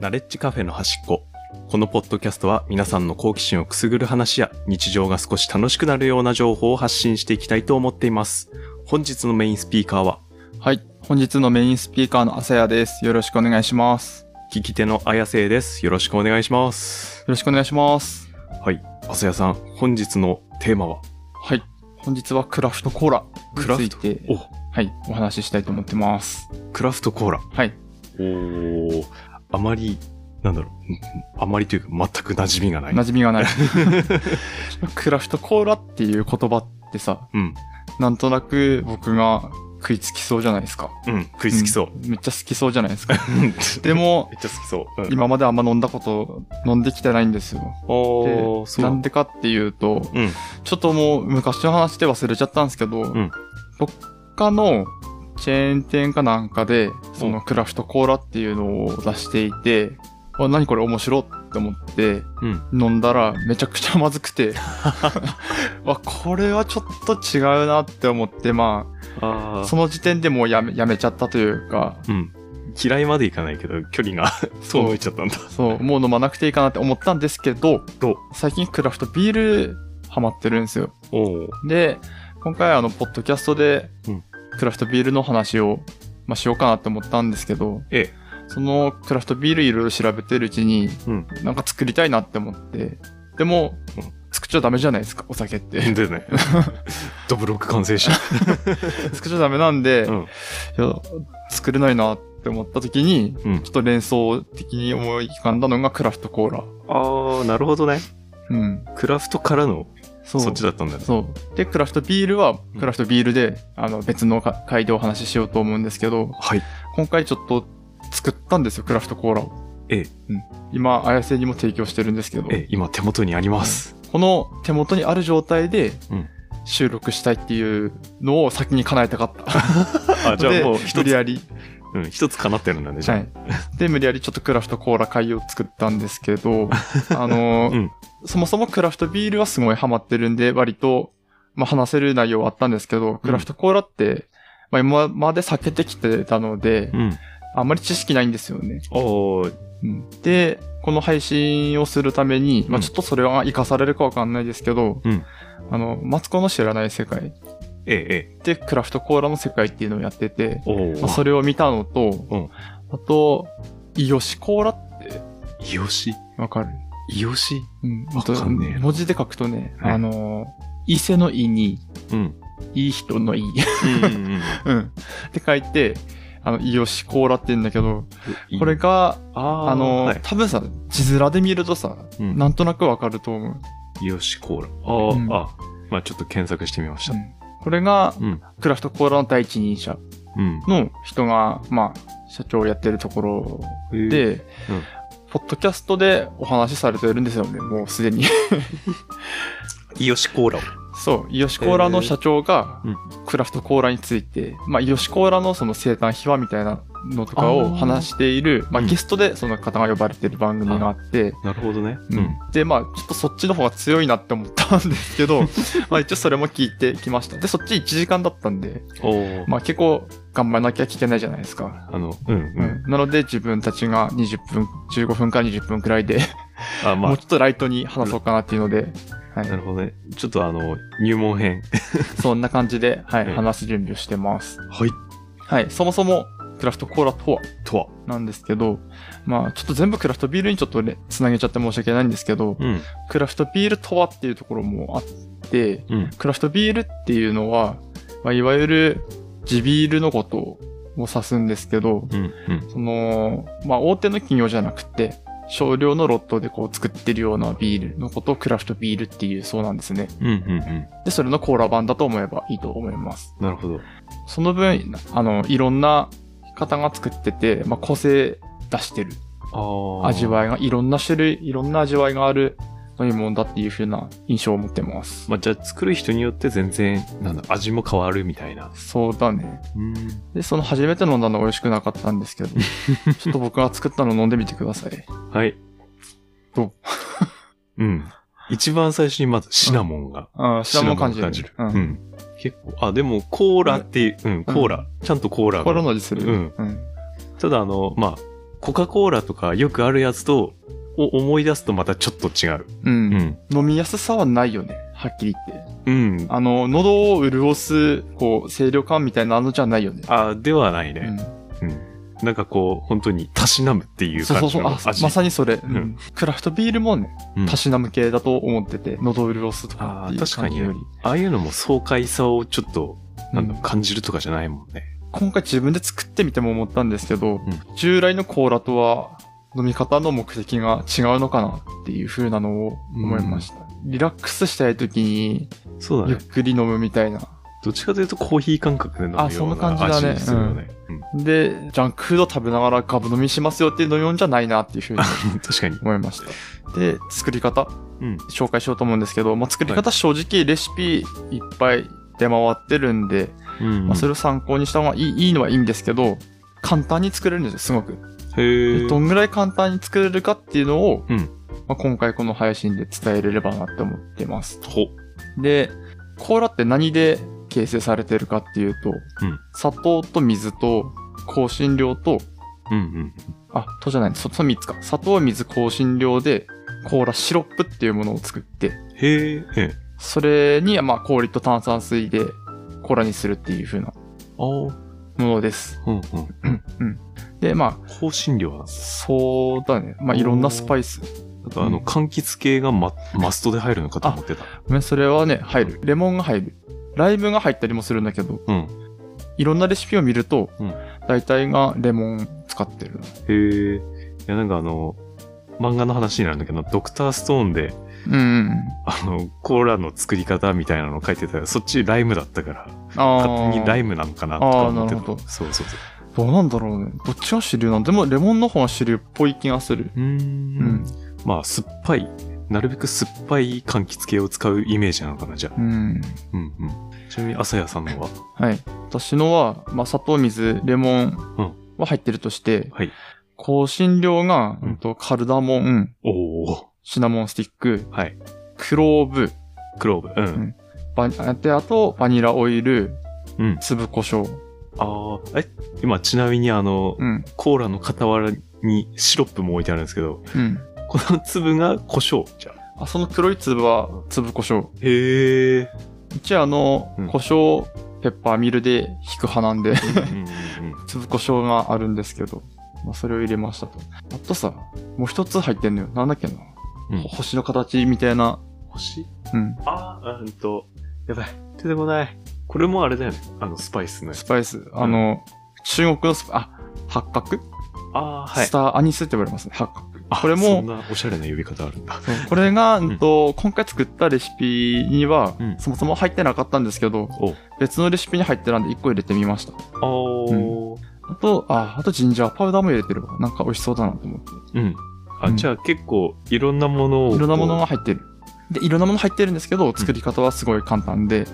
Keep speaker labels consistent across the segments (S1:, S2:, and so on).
S1: ナレッジカフェの端っこ。このポッドキャストは皆さんの好奇心をくすぐる話や日常が少し楽しくなるような情報を発信していきたいと思っています。本日のメインスピーカーは、
S2: はい。本日のメインスピーカーの朝やです。よろしくお願いします。よ
S1: 聞き手の綾瀬です。よろしくお願いします。
S2: ろしくお願いします。
S1: はい。朝やさん、本日のテーマは、
S2: はい。本日はクラフトコーラ
S1: クラフ
S2: に
S1: ト
S2: ついて、
S1: お、
S2: はい。お話ししたいと思ってます。
S1: クラフトコーラ。
S2: はい。
S1: おー、あまり、なんだろう、うんあまりというか全く馴染みがない。
S2: 馴染 みがない。クラフトコーラっていう言葉ってさ、
S1: うん、
S2: なんとなく僕が食いつきそうじゃないですか。
S1: うん、食いつきそう。
S2: んめっちゃ好きそうじゃないですか。 で
S1: も、
S2: も
S1: め、っちゃ好きそう。うん、
S2: 今まであんま飲んだこと、飲んできてないんですよ。
S1: おー、
S2: で、
S1: そう
S2: なんでかっていうと、
S1: うん。
S2: ちょっともう昔の話で忘れちゃったんですけど、
S1: ん
S2: どっかのチェーン店かなんかで、そのクラフトコーラっていうのを出していて、あ、何これ面白って思って、
S1: うん
S2: 飲んだらめちゃくちゃまず くて、 あ、これはちょっと違うなって思って、ま
S1: あ
S2: あ、
S1: ー
S2: その時点でもうやめやめちゃったというか、
S1: うん。嫌いまでいかないけど、距離が遠のいちゃったんだ。
S2: そう、もう飲まなくていいかなって思ったんですけど、
S1: どう
S2: 最近クラフトビールハマってるんですよ。
S1: おー
S2: で、今回あの、ポッドキャストで
S1: うん、
S2: クラフトビールの話を、まあ、しようかなって思ったんですけど、
S1: ええ
S2: そのクラフトビールいろいろ調べてるうちに、
S1: うん
S2: なんか作りたいなって思って、でも、
S1: うん
S2: 作っちゃダメじゃないですか、お酒って。
S1: でね。 ドブロック完成した。
S2: 作っちゃダメなんで、
S1: うん
S2: いや作れないなって思った時に、
S1: うん
S2: ちょっと連想的に思い浮かんだのがクラフトコーラ。
S1: ああ、なるほどね。
S2: うん。
S1: クラフトからの、
S2: そ
S1: そっちだったんだね。
S2: そう。で、クラフトビールは、クラフトビールで、あの、別のか回でお話ししようと思うんですけど、
S1: はい。
S2: 今回ちょっと作ったんですよ、クラフトコーラを。
S1: ええ
S2: うん、今、綾瀬にも提供してるんですけど、
S1: え、今手元にあります。
S2: この手元にある状態で
S1: うん
S2: 収録したいっていうのを先に叶えたかった。
S1: あ、じゃあもう
S2: で
S1: 一
S2: 無理
S1: つ、
S2: やり。
S1: うん、一つ叶ってるんだね、じゃ
S2: は
S1: あ。
S2: い。で、無理やりちょっとクラフトコーラ会を作ったんです けど、あのー
S1: うん
S2: そもそもクラフトビールはすごいハマってるんで、割と、まあ、話せる内容はあったんですけど、クラフトコーラって、まあ、今まで避けてきてたので、
S1: うん。
S2: あんまり知識ないんですよね。
S1: おー、
S2: で、この配信をするために、ま
S1: うん
S2: あ、ちょっとそれは活かされるかわかんないですけど、
S1: うん
S2: あの、マツコの知らない世界
S1: ええ、ええ、
S2: でクラフトコーラの世界っていうのをやってて、
S1: お
S2: まあ、
S1: ー。
S2: それを見たのと、
S1: うん
S2: あと、イヨシコーラって
S1: イヨシ
S2: わかる
S1: イヨシ
S2: うん。
S1: わかんねえな
S2: あと文字で書くとね、
S1: はい
S2: あの、伊勢の伊に、
S1: うん。
S2: いい人のいい。
S1: うんうん
S2: うん。って書いて、あの、イヨシコーラって言うんだけど、
S1: うん
S2: これ、が、
S1: あー
S2: あの、
S1: はい
S2: 多分さ、字面で見るとさ、
S1: うん
S2: なんとなくわかると思う。
S1: イヨシコーラ。あー、
S2: うん
S1: あ、まあちょっと検索してみまし
S2: う
S1: た。
S2: んこれが、
S1: うん
S2: クラフトコーラの第一人者
S1: うん。
S2: の人が、まあ、社長をやってるところで、
S1: うん
S2: ポッドキャストでお話しされてるんですよね、もう すでに。
S1: イヨシコーラを。
S2: そう、イヨシコーラの社長が
S1: へー、
S2: クラフトコーラについて、まあ、イヨシコーラのその生誕秘話みたいなのとか
S1: あ
S2: を
S1: ー
S2: 話している、まあ、
S1: うん
S2: ゲストでその方が呼ばれてる番組があって、
S1: なるほどね。
S2: うん。で、まあ、ちょっとそっちの方が強いなって思ったんです けど、まあ、一応それも聞いてきました。で、そっち1時間だったんで、
S1: おー、
S2: まあ、結構頑張らなきゃいけないじゃないですか。
S1: あの、うんうん。
S2: なので、自分たちが20分、15分から20分くらいで、
S1: あ、ま
S2: も
S1: あ
S2: うちょっとライトに話そうかなっていうので、は
S1: ないる。ほどね。ちょっとあの、入門編。
S2: そんな感じで、はい、
S1: うん
S2: 話す準備をしてます。
S1: はい。
S2: はい、そもそもクラフトコーラとは
S1: とは。
S2: なんですけど、まあちょっと全部クラフトビールにちょっとね、つなげちゃって申し訳ないんですけど、
S1: うん。
S2: クラフトビールとはっていうところもあって、
S1: うん。
S2: クラフトビールっていうのは、まあ、いわゆる地ビールのことを指すんですけど、
S1: うん。うん。
S2: その、まあ大手の企業じゃなくて、少量のロットでこう作ってるようなビールのことをクラフトビールっていうそうなんですね。
S1: うん。うん。うん。
S2: で、それのコーラ版だと思えばいいと思います。
S1: なるほど。
S2: その分、あの、いろんな方が作ってて、まあ、個性出してる。
S1: あい。
S2: 味わいが、いろんな種類、いろんな味わいがある飲み物だっていう風な印象を持ってます。
S1: まあ、じゃあ作る人によって全然、なんだ、味も変わるみたいな。
S2: そうだね。
S1: うん。
S2: で、その初めて飲んだのは美味しくなかったんですけ ど、ちょっと僕が作ったの飲んでみてください。
S1: はい。
S2: どう
S1: うん。一番最初にまずシナモンが。
S2: うん、知らんもん感じる。
S1: シナモ
S2: う
S1: ンを感じる。
S2: ん。
S1: うん。結構、あ、でもコーラっていう、うん、コーラ。ちゃんとコーラが。
S2: 心の味す
S1: う
S2: る。
S1: ん。
S2: うん。
S1: ただあの、まあ、コカ・コーラとかよくあるやつと、を思い出すとまたちょっと違う。
S2: うん。
S1: うん。
S2: 飲みやすさはないよね。はっきり言って。
S1: うん。
S2: あの、喉を潤す、こう、清涼感みたいなのじゃないよね。
S1: あ、ではないうね。
S2: ん、
S1: なんかこう、本当にたしなむっていう
S2: そうそ
S1: 感
S2: う
S1: じ
S2: そう。
S1: の
S2: あ、
S1: 味。
S2: まさにそれ。うん
S1: うん
S2: クラフトビールもね、
S1: うん
S2: たしなむ系だと思ってて、喉を潤すとかって
S1: あー
S2: いう
S1: 確か
S2: 感
S1: に
S2: じ
S1: ね
S2: より。
S1: ああいうのも爽快さをちょっと、なんだ
S2: うん
S1: 感じるとかじゃないもんね。
S2: 今回自分で作ってみても思ったんですけど、
S1: ん
S2: 従来のコーラとは飲み方の目的が違うのかなっていう風なのを思いました。リラックスしたい時に
S1: そう
S2: ゆ
S1: だ
S2: っ
S1: ね。
S2: くり飲むみたいな。
S1: どっちかというとコーヒー感覚で飲むよ
S2: あそん
S1: う
S2: な感
S1: な
S2: じだ
S1: 味
S2: ね
S1: にするよね。うん
S2: で、ジャンクフード食べながらガブ飲みしますよっていう飲みんじゃないなっていう 風に
S1: 確かに。
S2: 思いました。で、作り方
S1: うん。
S2: 紹介しようと思うんですけど、まあ、作り方正直レシピいっぱい出回ってるんで、
S1: うん
S2: まあ、それを参考にした方がいいいいのはいいんですけど、簡単に作れるんですよ、すごく。
S1: へ
S2: で
S1: ー
S2: どんぐらい簡単に作れるかっていうのを、
S1: うん
S2: まあ、今回この配信で伝えれればなって思ってます。
S1: ほ。
S2: で、コーラって何で形成されてるかっていうと、
S1: ん
S2: 砂糖と水と香辛料と、
S1: うんうん。
S2: あ、糖じゃない、そその3つか。砂糖、水、香辛料で、コーラシロップっていうものを作って、
S1: へえ。へえ
S2: それに、まあ、氷と炭酸水でコーラにするっていう風な
S1: ああ。うん
S2: ものです。
S1: うん。
S2: うんうんで、まあ、
S1: 香辛料は、
S2: そうだね。まあ、いろんなスパイス。
S1: なんかあの、柑橘系がママストで入るのかと思ってた。
S2: ねそれはね、入る。レモンが入る。ライムが入ったりもするんだけど、
S1: うん。
S2: いろんなレシピを見ると、
S1: うん
S2: 大体がレモン使ってる。
S1: へえ。いや、なんかあの、漫画の話になるんだけど、ドクターストーンで、
S2: うんうん。
S1: あの、コーラの作り方みたいなの書いてたら、そっちライムだったから、
S2: あ
S1: 勝手にライ
S2: ム。
S1: ムなのかなとか思って
S2: あーなるほ
S1: た。
S2: ど
S1: そうそうそう。
S2: どうなんだろうね。どっちが主流なんでもレモンの方が主流っぽい気がする。
S1: うー
S2: うんん。
S1: まあ、酸っぱい、なるべく酸っぱい柑橘系を使うイメージなのかな、じゃあ。
S2: うん。
S1: うんうん。ちなみに、朝やさんのは、
S2: はい。私のは、まあ、砂糖水、レモンは入ってるとして、
S1: はい。
S2: 香辛料が、
S1: うん
S2: うんと、カルダモン、
S1: おお
S2: シナモンスティック、
S1: はい。
S2: クローブ、
S1: クローブ。うん。
S2: バニで、あと、バニラオイル、
S1: うん
S2: 粒胡椒。
S1: ああ、え、今、ちなみに、あの、
S2: うん。
S1: コーラの傍らにシロップも置いてあるんですけど、
S2: うん。
S1: この粒が胡椒じゃん。
S2: あその黒い粒は粒胡椒。
S1: へ え。
S2: 一応あの、
S1: うん
S2: 胡椒、ペッパーミルで引く派なんで、 粒胡椒があるんですけど、まあ、それを入れましたと。あとさ、もう一つ入ってんのよ。なんだっけな。
S1: うん
S2: 星の形みたいな。
S1: 星
S2: うん。
S1: ああ、うんと、やばい。出てこない。これもあれだよね。あの、スパイスのやつ
S2: ス。パイス。あの、中国のスパ、あ、八角、
S1: ああ、はい
S2: ス。ターアニスって呼ばれますね。八角。
S1: あ
S2: これも
S1: そんなおしゃれな呼び方あるんだ。
S2: そうこれが、
S1: ん
S2: うんと、今回作ったレシピには、
S1: うん
S2: そもそも入ってなかったんですけど、
S1: お
S2: 別のレシピに入ってたんで1個入れてみました。
S1: おー。
S2: あと、あ、あとジンジャーパウダーも入れてるわ。なんか美味しそうだなと思って。
S1: うん。あ、
S2: うん
S1: じゃあ結構いろんなものを。
S2: いろんなものが入ってる。で、いろんなもの入ってるんですけど、作り方はすごい簡単で、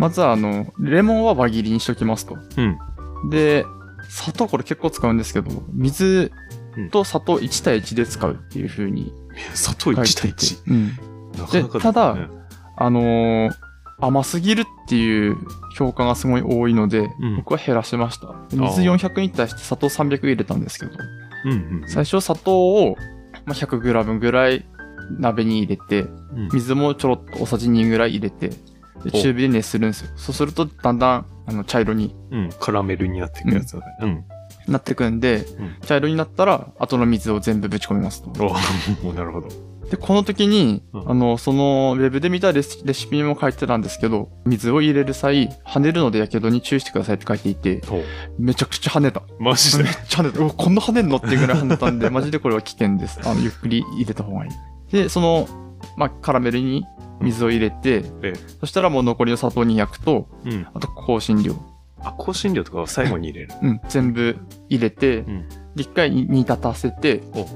S2: まずはあの、レモンは輪切りにしときますと。
S1: うん。
S2: で、砂糖これ結構使うんですけど、水と砂糖1対1で使うっていう風に
S1: 砂糖
S2: 書い
S1: 1
S2: て
S1: 対
S2: いて。
S1: 1。
S2: うん。
S1: なかなか
S2: でただ
S1: ね
S2: あのー甘すぎるっていう評価がすごい多いので、
S1: ん
S2: 僕は減らしました。で水400に対して砂糖300入れたんですけど、
S1: うんうん。
S2: 最初砂糖をまあ 100g ぐらい鍋に入れて、
S1: うん
S2: 水もちょろっと大さじ2ぐらい入れて、で
S1: お
S2: 中火で熱するんですよ。そうするとだんだんあの茶色に
S1: うん。カラメルになっていくやつだね。うん。
S2: なってくんで、
S1: ん
S2: 茶色になったら後の水を全部ぶち込みますと。
S1: おーなるほど。
S2: で、この時に、
S1: うん
S2: あの、そのウェブで見たレシレシピにも書いてたんですけど、水を入れる際、跳ねるのでやけどに注意してくださいって書いていて、
S1: おう
S2: めちゃくちゃ跳ねた。
S1: マジ
S2: め
S1: で
S2: っ。ちゃ跳ねた。うわこんな跳ねんのっていうぐらい跳ねたん で、マジでこれは危険です。あの、ゆっくり入れた方がいい。で、その、まあ、カラメルに水を入れて、
S1: ええ
S2: そしたらもう残りの砂糖200と、
S1: うん。
S2: あと香辛料。
S1: あ、香辛料とかは最後に入れる。
S2: うん、全部入れて、
S1: ん
S2: で、一回煮立たせて
S1: お、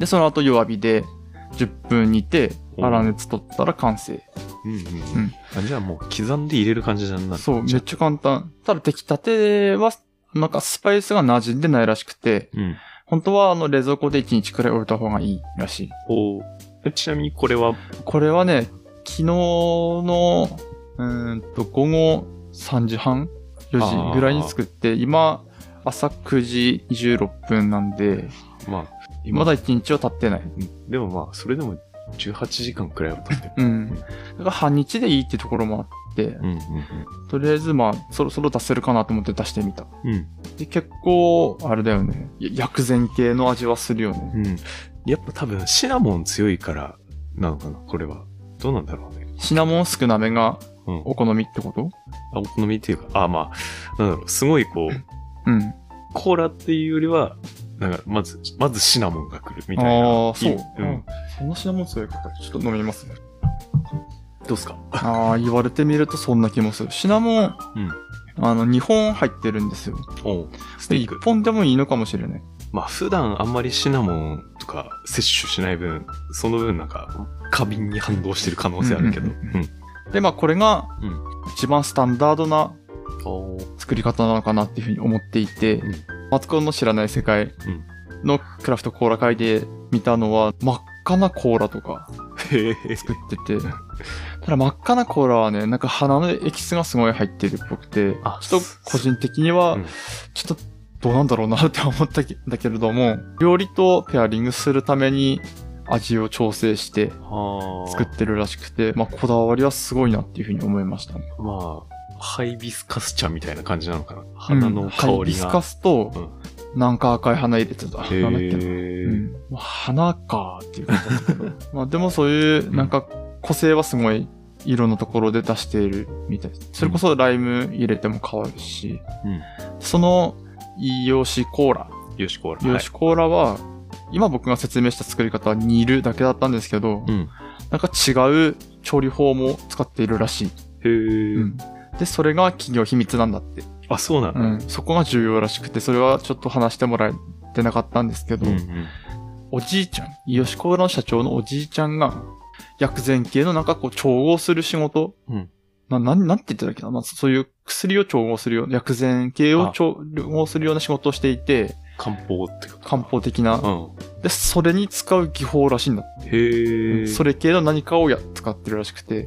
S2: で、その後弱火で10分煮て、
S1: お
S2: 粗熱取ったら完成。
S1: うんうん
S2: う
S1: うんん。あじゃあもう刻んで入れる感じじゃんな。
S2: そう、め
S1: じゃ
S2: っちゃ簡単。ただ、出来たては、なんかスパイスが馴染んでないらしくて、
S1: あうん。
S2: 本当はあの冷蔵庫で1日くらい置いた方がいいらしい。
S1: おーえちなみにこれは、
S2: これはね、昨日の、うーんと、午後3時半 ?4 時ぐらいに作って、今、朝9時16分なんで、
S1: まあ、
S2: まだ1日は経ってない。
S1: うんでもまあ、それでも18時間くらいは経ってる。
S2: うん。だから半日でいいってところもあって、
S1: うんうん
S2: とりあえずまあ、そろそろ出せるかなと思って出してみた。
S1: うん。うん
S2: で、結構、あれだよね。や薬膳系の味はするよね。
S1: うん。やっぱ多分シナモン強いからなのかな、これは。どうなんだろうね。
S2: シナモン少なめが
S1: うん。
S2: お好みってこと
S1: あお好みっていうか、あ、まあ、なんだろう、すごいこう、
S2: うん。
S1: コーラっていうよりは、なんか、まず、まずシナモンが来るみたいな。
S2: ああ、そう。
S1: いうん。
S2: そんなシナモン強いかこれちょっと飲みますね。
S1: どうっすか
S2: ああ、言われてみるとそんな気もする。シナモ
S1: う
S2: ン、
S1: ん
S2: あの、2本入ってるんですよ。
S1: おうステ
S2: で、
S1: ィック
S2: 1。本でもいいのかもしれない。
S1: まあ、普段あんまりシナモンとか摂取しない分、その分なんか、過敏に反応してる可能性あるけど。
S2: う
S1: うん。
S2: うんで、まあ、これが
S1: うん、
S2: 一番スタンダードな
S1: おー
S2: 作り方なのかなっていうふうに思っていて、
S1: うん
S2: マツコの知らない世界のクラフトコーラ会で見たのは、真っ赤なコーラとか
S1: へえ。
S2: 作ってて、ただ真っ赤なコーラはね、なんか花のエキスがすごい入ってるっぽくて、
S1: あ
S2: ちょっと個人的には
S1: うん、
S2: ちょっとどうなんだろうなって思ったけだけれども、料理とペアリングするために味を調整して
S1: はあ。
S2: 作ってるらしくて、まあこだわりはすごいなっていうふうに思いましたね。
S1: まあ、ハイビスカス茶みたいな感じなのかな。花の香
S2: うんハイビ
S1: り
S2: ス
S1: が。
S2: カスと、なんか赤い花入れてた。
S1: へ
S2: なんだっけな
S1: え、
S2: うんまあ花かっていう感じだったけど。まあでもそういう、なんか個性はすごい色のところで出しているみたいです。それこそライム入れても変わるし、
S1: うん
S2: その、イヨシコーラ。
S1: よし、こら。
S2: イヨシコーラは、今僕が説明した作り方は煮るだけだったんですけ
S1: は
S2: ど、
S1: い、うん。
S2: なんか違う調理法も使っているらしい。
S1: へえ、
S2: うんで、それが企業秘密なんだって。
S1: あ、そうなんだ。
S2: うんそこが重要らしくて、それはちょっと話してもらえてなかったんですけど、
S1: うんうん
S2: おじいちゃん、吉コーラの社長のおじいちゃんが、薬膳系のなんかこう調合する仕事、
S1: うん
S2: な、なん、なんて言ってたっけな、まあ、そういう薬を調合するような、薬膳系を
S1: あ
S2: 調合するような仕事をしていて、
S1: 漢方ってこと
S2: 漢方的な、
S1: うん。
S2: で、それに使う技法らしいんだ。
S1: へえ。
S2: それ系の何かをや、使ってるらしくて、いや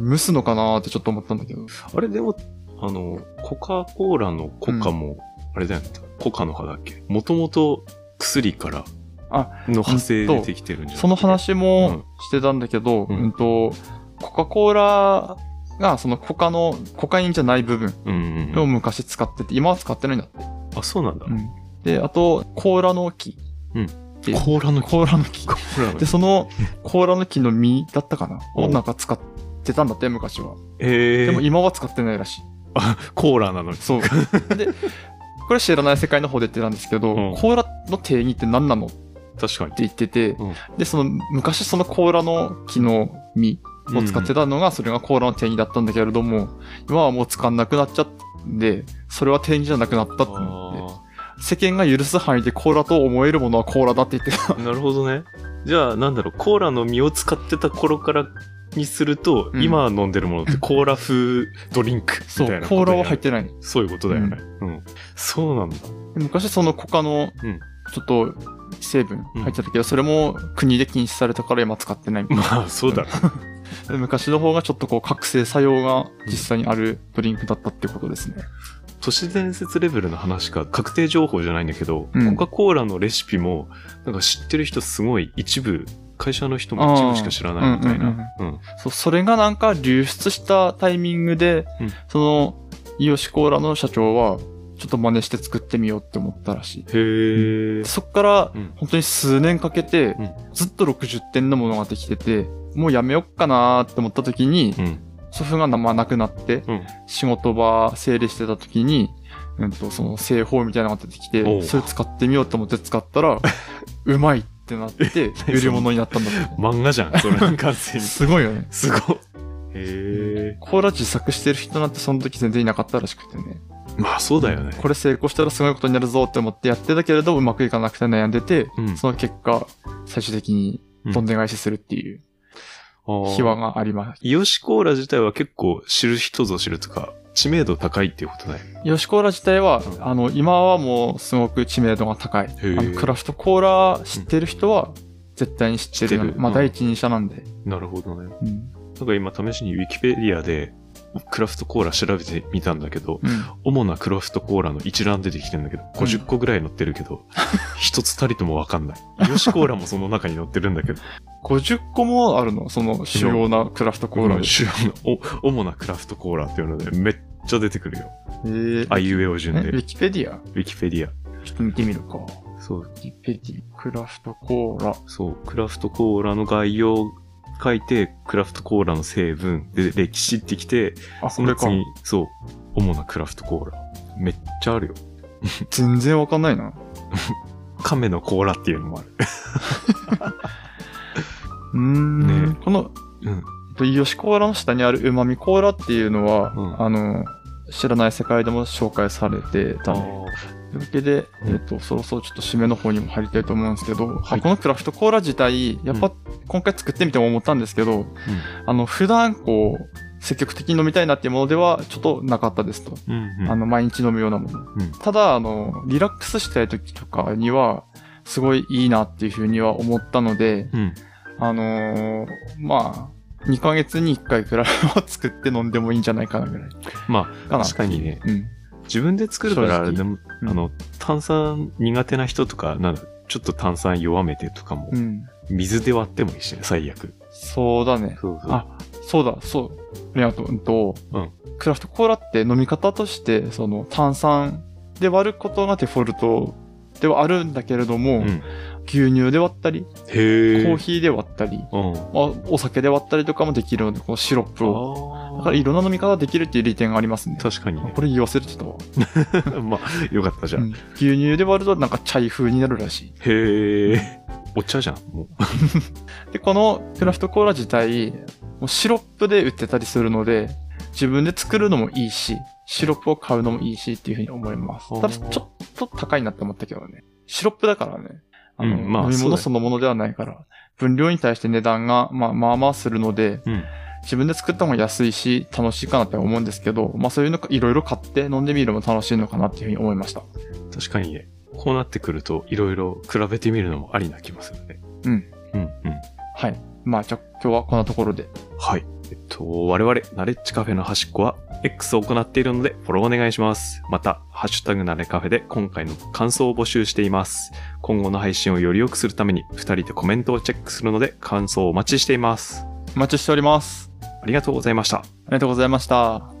S2: 蒸すのかなーってちょっと思ったんだけど。
S1: あれでも、あの、コカ・コーラのコカも、あれだよね。コカの葉だっけもともと薬から、
S2: あ
S1: の派生出てきてるんじゃない
S2: その話もしてたんだけど、う
S1: うんん
S2: と、コカ・コーラが、そのコカの、コカインじゃない部分
S1: うんうんう
S2: を
S1: ん。
S2: 昔使ってて、今は使ってないんだって。
S1: あ、そうなんだ。
S2: で、あと、コーラの木。で
S1: コーラの木。
S2: コーラの木
S1: コ。ーラの
S2: で、
S1: 木。
S2: その、コーラの木の実だったかな
S1: お
S2: をなんか使ってたんだって、昔は。
S1: へ
S2: でも
S1: え。
S2: 今は使ってないらしい。
S1: あ、コーラなのに。
S2: そう。 で、これ知らない世界の方で言ってたんですけど、
S1: うん
S2: コーラの定義って何なのって
S1: 確かに。
S2: 言ってて、
S1: うん
S2: で、その、昔そのコーラの木の実を使って
S1: た。
S2: たのが、それがコーラの定義だったんだけれども、今はもう使んなくなっちゃって、それは定義じゃなくなったって
S1: あ
S2: なって、
S1: ー
S2: 世間が許す範囲でコーラと思えるものはコーラだって言ってた。
S1: なるほどね。じゃあ、なんだろう、コーラの実を使ってた頃からにすると、
S2: うん
S1: 今飲んでるもの ってコーラ風ドリンク
S2: そ
S1: み
S2: う
S1: たい、なこと
S2: コーラは
S1: にな
S2: 入っ
S1: る
S2: てない。で
S1: そういうことだよね。うん。そうなんだ。
S2: 昔そのコカの
S1: うん、
S2: ちょっと、成分
S1: うん
S2: 入ってたけど、それも国で禁止されたから今使ってない。
S1: まあ、そうだろ
S2: で昔の方がちょっとこう覚醒作用が実際にあるドリンクだったってことですね。
S1: 都市伝説レベルの話か確定情報じゃないんだけど、
S2: うん
S1: コカ・コーラのレシピもなんか知ってる人すごい一部会社の人も一部しか知らないみたいな、うん
S2: そうそれがなんか流出したタイミングで、
S1: うん
S2: その、イオシコーラの社長は、ちょっと真似して作ってみようって思ったらしい。
S1: へえ、
S2: そっから
S1: うん、
S2: 本当に数年かけて、
S1: うん
S2: ずっと60点のものができてて、もうやめよっかなーって思った時に、
S1: うん
S2: 祖父がまあ亡くなって、
S1: うん
S2: 仕事場整理してた時に、うんと、その製法みたいなのが出てき
S1: お
S2: て、
S1: う
S2: それ使ってみようと思って使ったら、 うまいってなって、
S1: 何
S2: 売り物になったん だっ
S1: 漫画じゃんそれ完
S2: て。
S1: 全 に
S2: すごいよね。
S1: すごいへえ
S2: コーラ自作してる人なんてその時全然いなかったらしくてね。
S1: まあそうだよね
S2: これ成功したらすごいことになるぞって思ってやってたけれど、うまくいかなくて悩んでて、
S1: うん
S2: その結果、最終的にどんでん返しするっていう秘話があります。
S1: イオシコーラ自体は結構知る人ぞ知るとか知名度高いっていうことだよね
S2: ヨシコーラ自体は、
S1: うん
S2: あの、今はもうすごく知名度が高い。あ
S1: へえ
S2: のクラフトコーラ知ってる人は、絶対に知ってるよ
S1: 知ってる
S2: まあ、
S1: うん
S2: 第一人者なんで。
S1: なるほどね
S2: うん
S1: なんか今試しにウィキペディアでクラフトコーラ調べてみたんだけど、
S2: うん。
S1: 主なクラフトコーラの一覧出てきてんだけど、50個ぐらい載ってるけ ど、一つたりともわかんない。ヨシコーラもその中に載ってるんだけ ど、
S2: 50個もあるのその主要なクラフトコーラ
S1: うん
S2: で。
S1: 主要なお主なクラフトコーラっていうので、めっちゃ出てくるよ。
S2: えー
S1: あいうえお順
S2: え
S1: で、
S2: ウ
S1: ウ
S2: ィキペディア
S1: ィキペディア。
S2: ちょっと見てみるか。ウ
S1: そう、
S2: ィキペディア。クラフトコーラ。
S1: そう、クラフトコーラの概要書いて、クラフトコーラの成分、で、歴史ってきて、
S2: あ、
S1: そ
S2: これ
S1: の
S2: か。
S1: 次、そう、主なクラフトコーラ。めっちゃあるよ。
S2: 全然わかんないな。
S1: 亀の甲羅っていうのもある。
S2: うーん。
S1: ね
S2: この、
S1: うん。
S2: ヨシコーラの下にあるうまみコーラっていうのは、
S1: うん
S2: あの、知らない世界でも紹介されてたね。というわけで、
S1: うん
S2: えっと、そろそろちょっと締めの方にも入りたいと思うんですけど、
S1: はい
S2: あこのクラフトコーラ自体、やっぱ、
S1: う
S2: 今回作ってみても思ったんですけど、あの、普段こう、積極的に飲みたいなっていうものでは、ちょっとなかったですと。
S1: うん。うん。
S2: あの、毎日飲むようなもの。
S1: うん
S2: ただ、あの、リラックスしたい時とかには、すごいいいなっていうふうには思ったので、
S1: うん。
S2: あのーまあ、2ヶ月に1回くらいは作って飲んでもいいんじゃないかなぐらい。
S1: ま
S2: か
S1: あ、
S2: な。
S1: 確かにね、
S2: うん。
S1: 自分で作るから、
S2: 正直
S1: でも、
S2: うん
S1: あの、炭酸苦手な人とか、なんだちょっと炭酸弱めてとかも
S2: う、ん。
S1: 水で割ってもいいしね、最悪。
S2: そうだね。
S1: そうそう。
S2: あ、そうだ、そう。ありがとう。うんと、
S1: うん
S2: クラフトコーラって飲み方として、その、炭酸で割ることがデフォルトではあるんだけれども、
S1: うん。
S2: 牛乳で割ったり、
S1: へえ。
S2: コーヒーで割ったり、
S1: うん。
S2: まあ、お酒で割ったりとかもできるので、このシロップを。だ
S1: あ
S2: からいろんな飲み方できるっていう利点がありますね
S1: あ。。確かにね。
S2: これ言わせてたわ。
S1: まあ、よかったじゃ。
S2: うんん牛乳で割るとなんかチャイ風になるらしい。
S1: へえ。お茶じゃん、もう。
S2: で、このクラフトコーラ自体、もうシロップで売ってたりするので、自分で作るのもいいし、シロップを買うのもいいしっていうふうに思います。
S1: あー
S2: ただ、ちょっと高いなって思ったけどね。シロップだからね。あの
S1: うんまあ
S2: 飲み
S1: そうだよ
S2: 物そのものではないから、分量に対して値段が、まあ、まあまあするので、
S1: うん。
S2: 自分で作った方が安いし、楽しいかなって思うんですけど、まあそういうのかいろいろ買って飲んでみるのも楽しいのかなっていうふうに思いました。
S1: 確かにね、こうなってくると、いろいろ比べてみるのもありな気もするね。
S2: うん。
S1: うん、うん。
S2: はい。まあじゃあ今日はこんなところで。
S1: はい。えっと、我々、ナレッジカフェの端っこは、X を行っているので、フォローお願いします。また、ハッシュタグナレカフェで今回の感想を募集しています。今後の配信をより良くするために、2人でコメントをチェックするので、感想をお待ちしています。
S2: お待ちしております。
S1: ありがとうございました。
S2: ありがとうございました。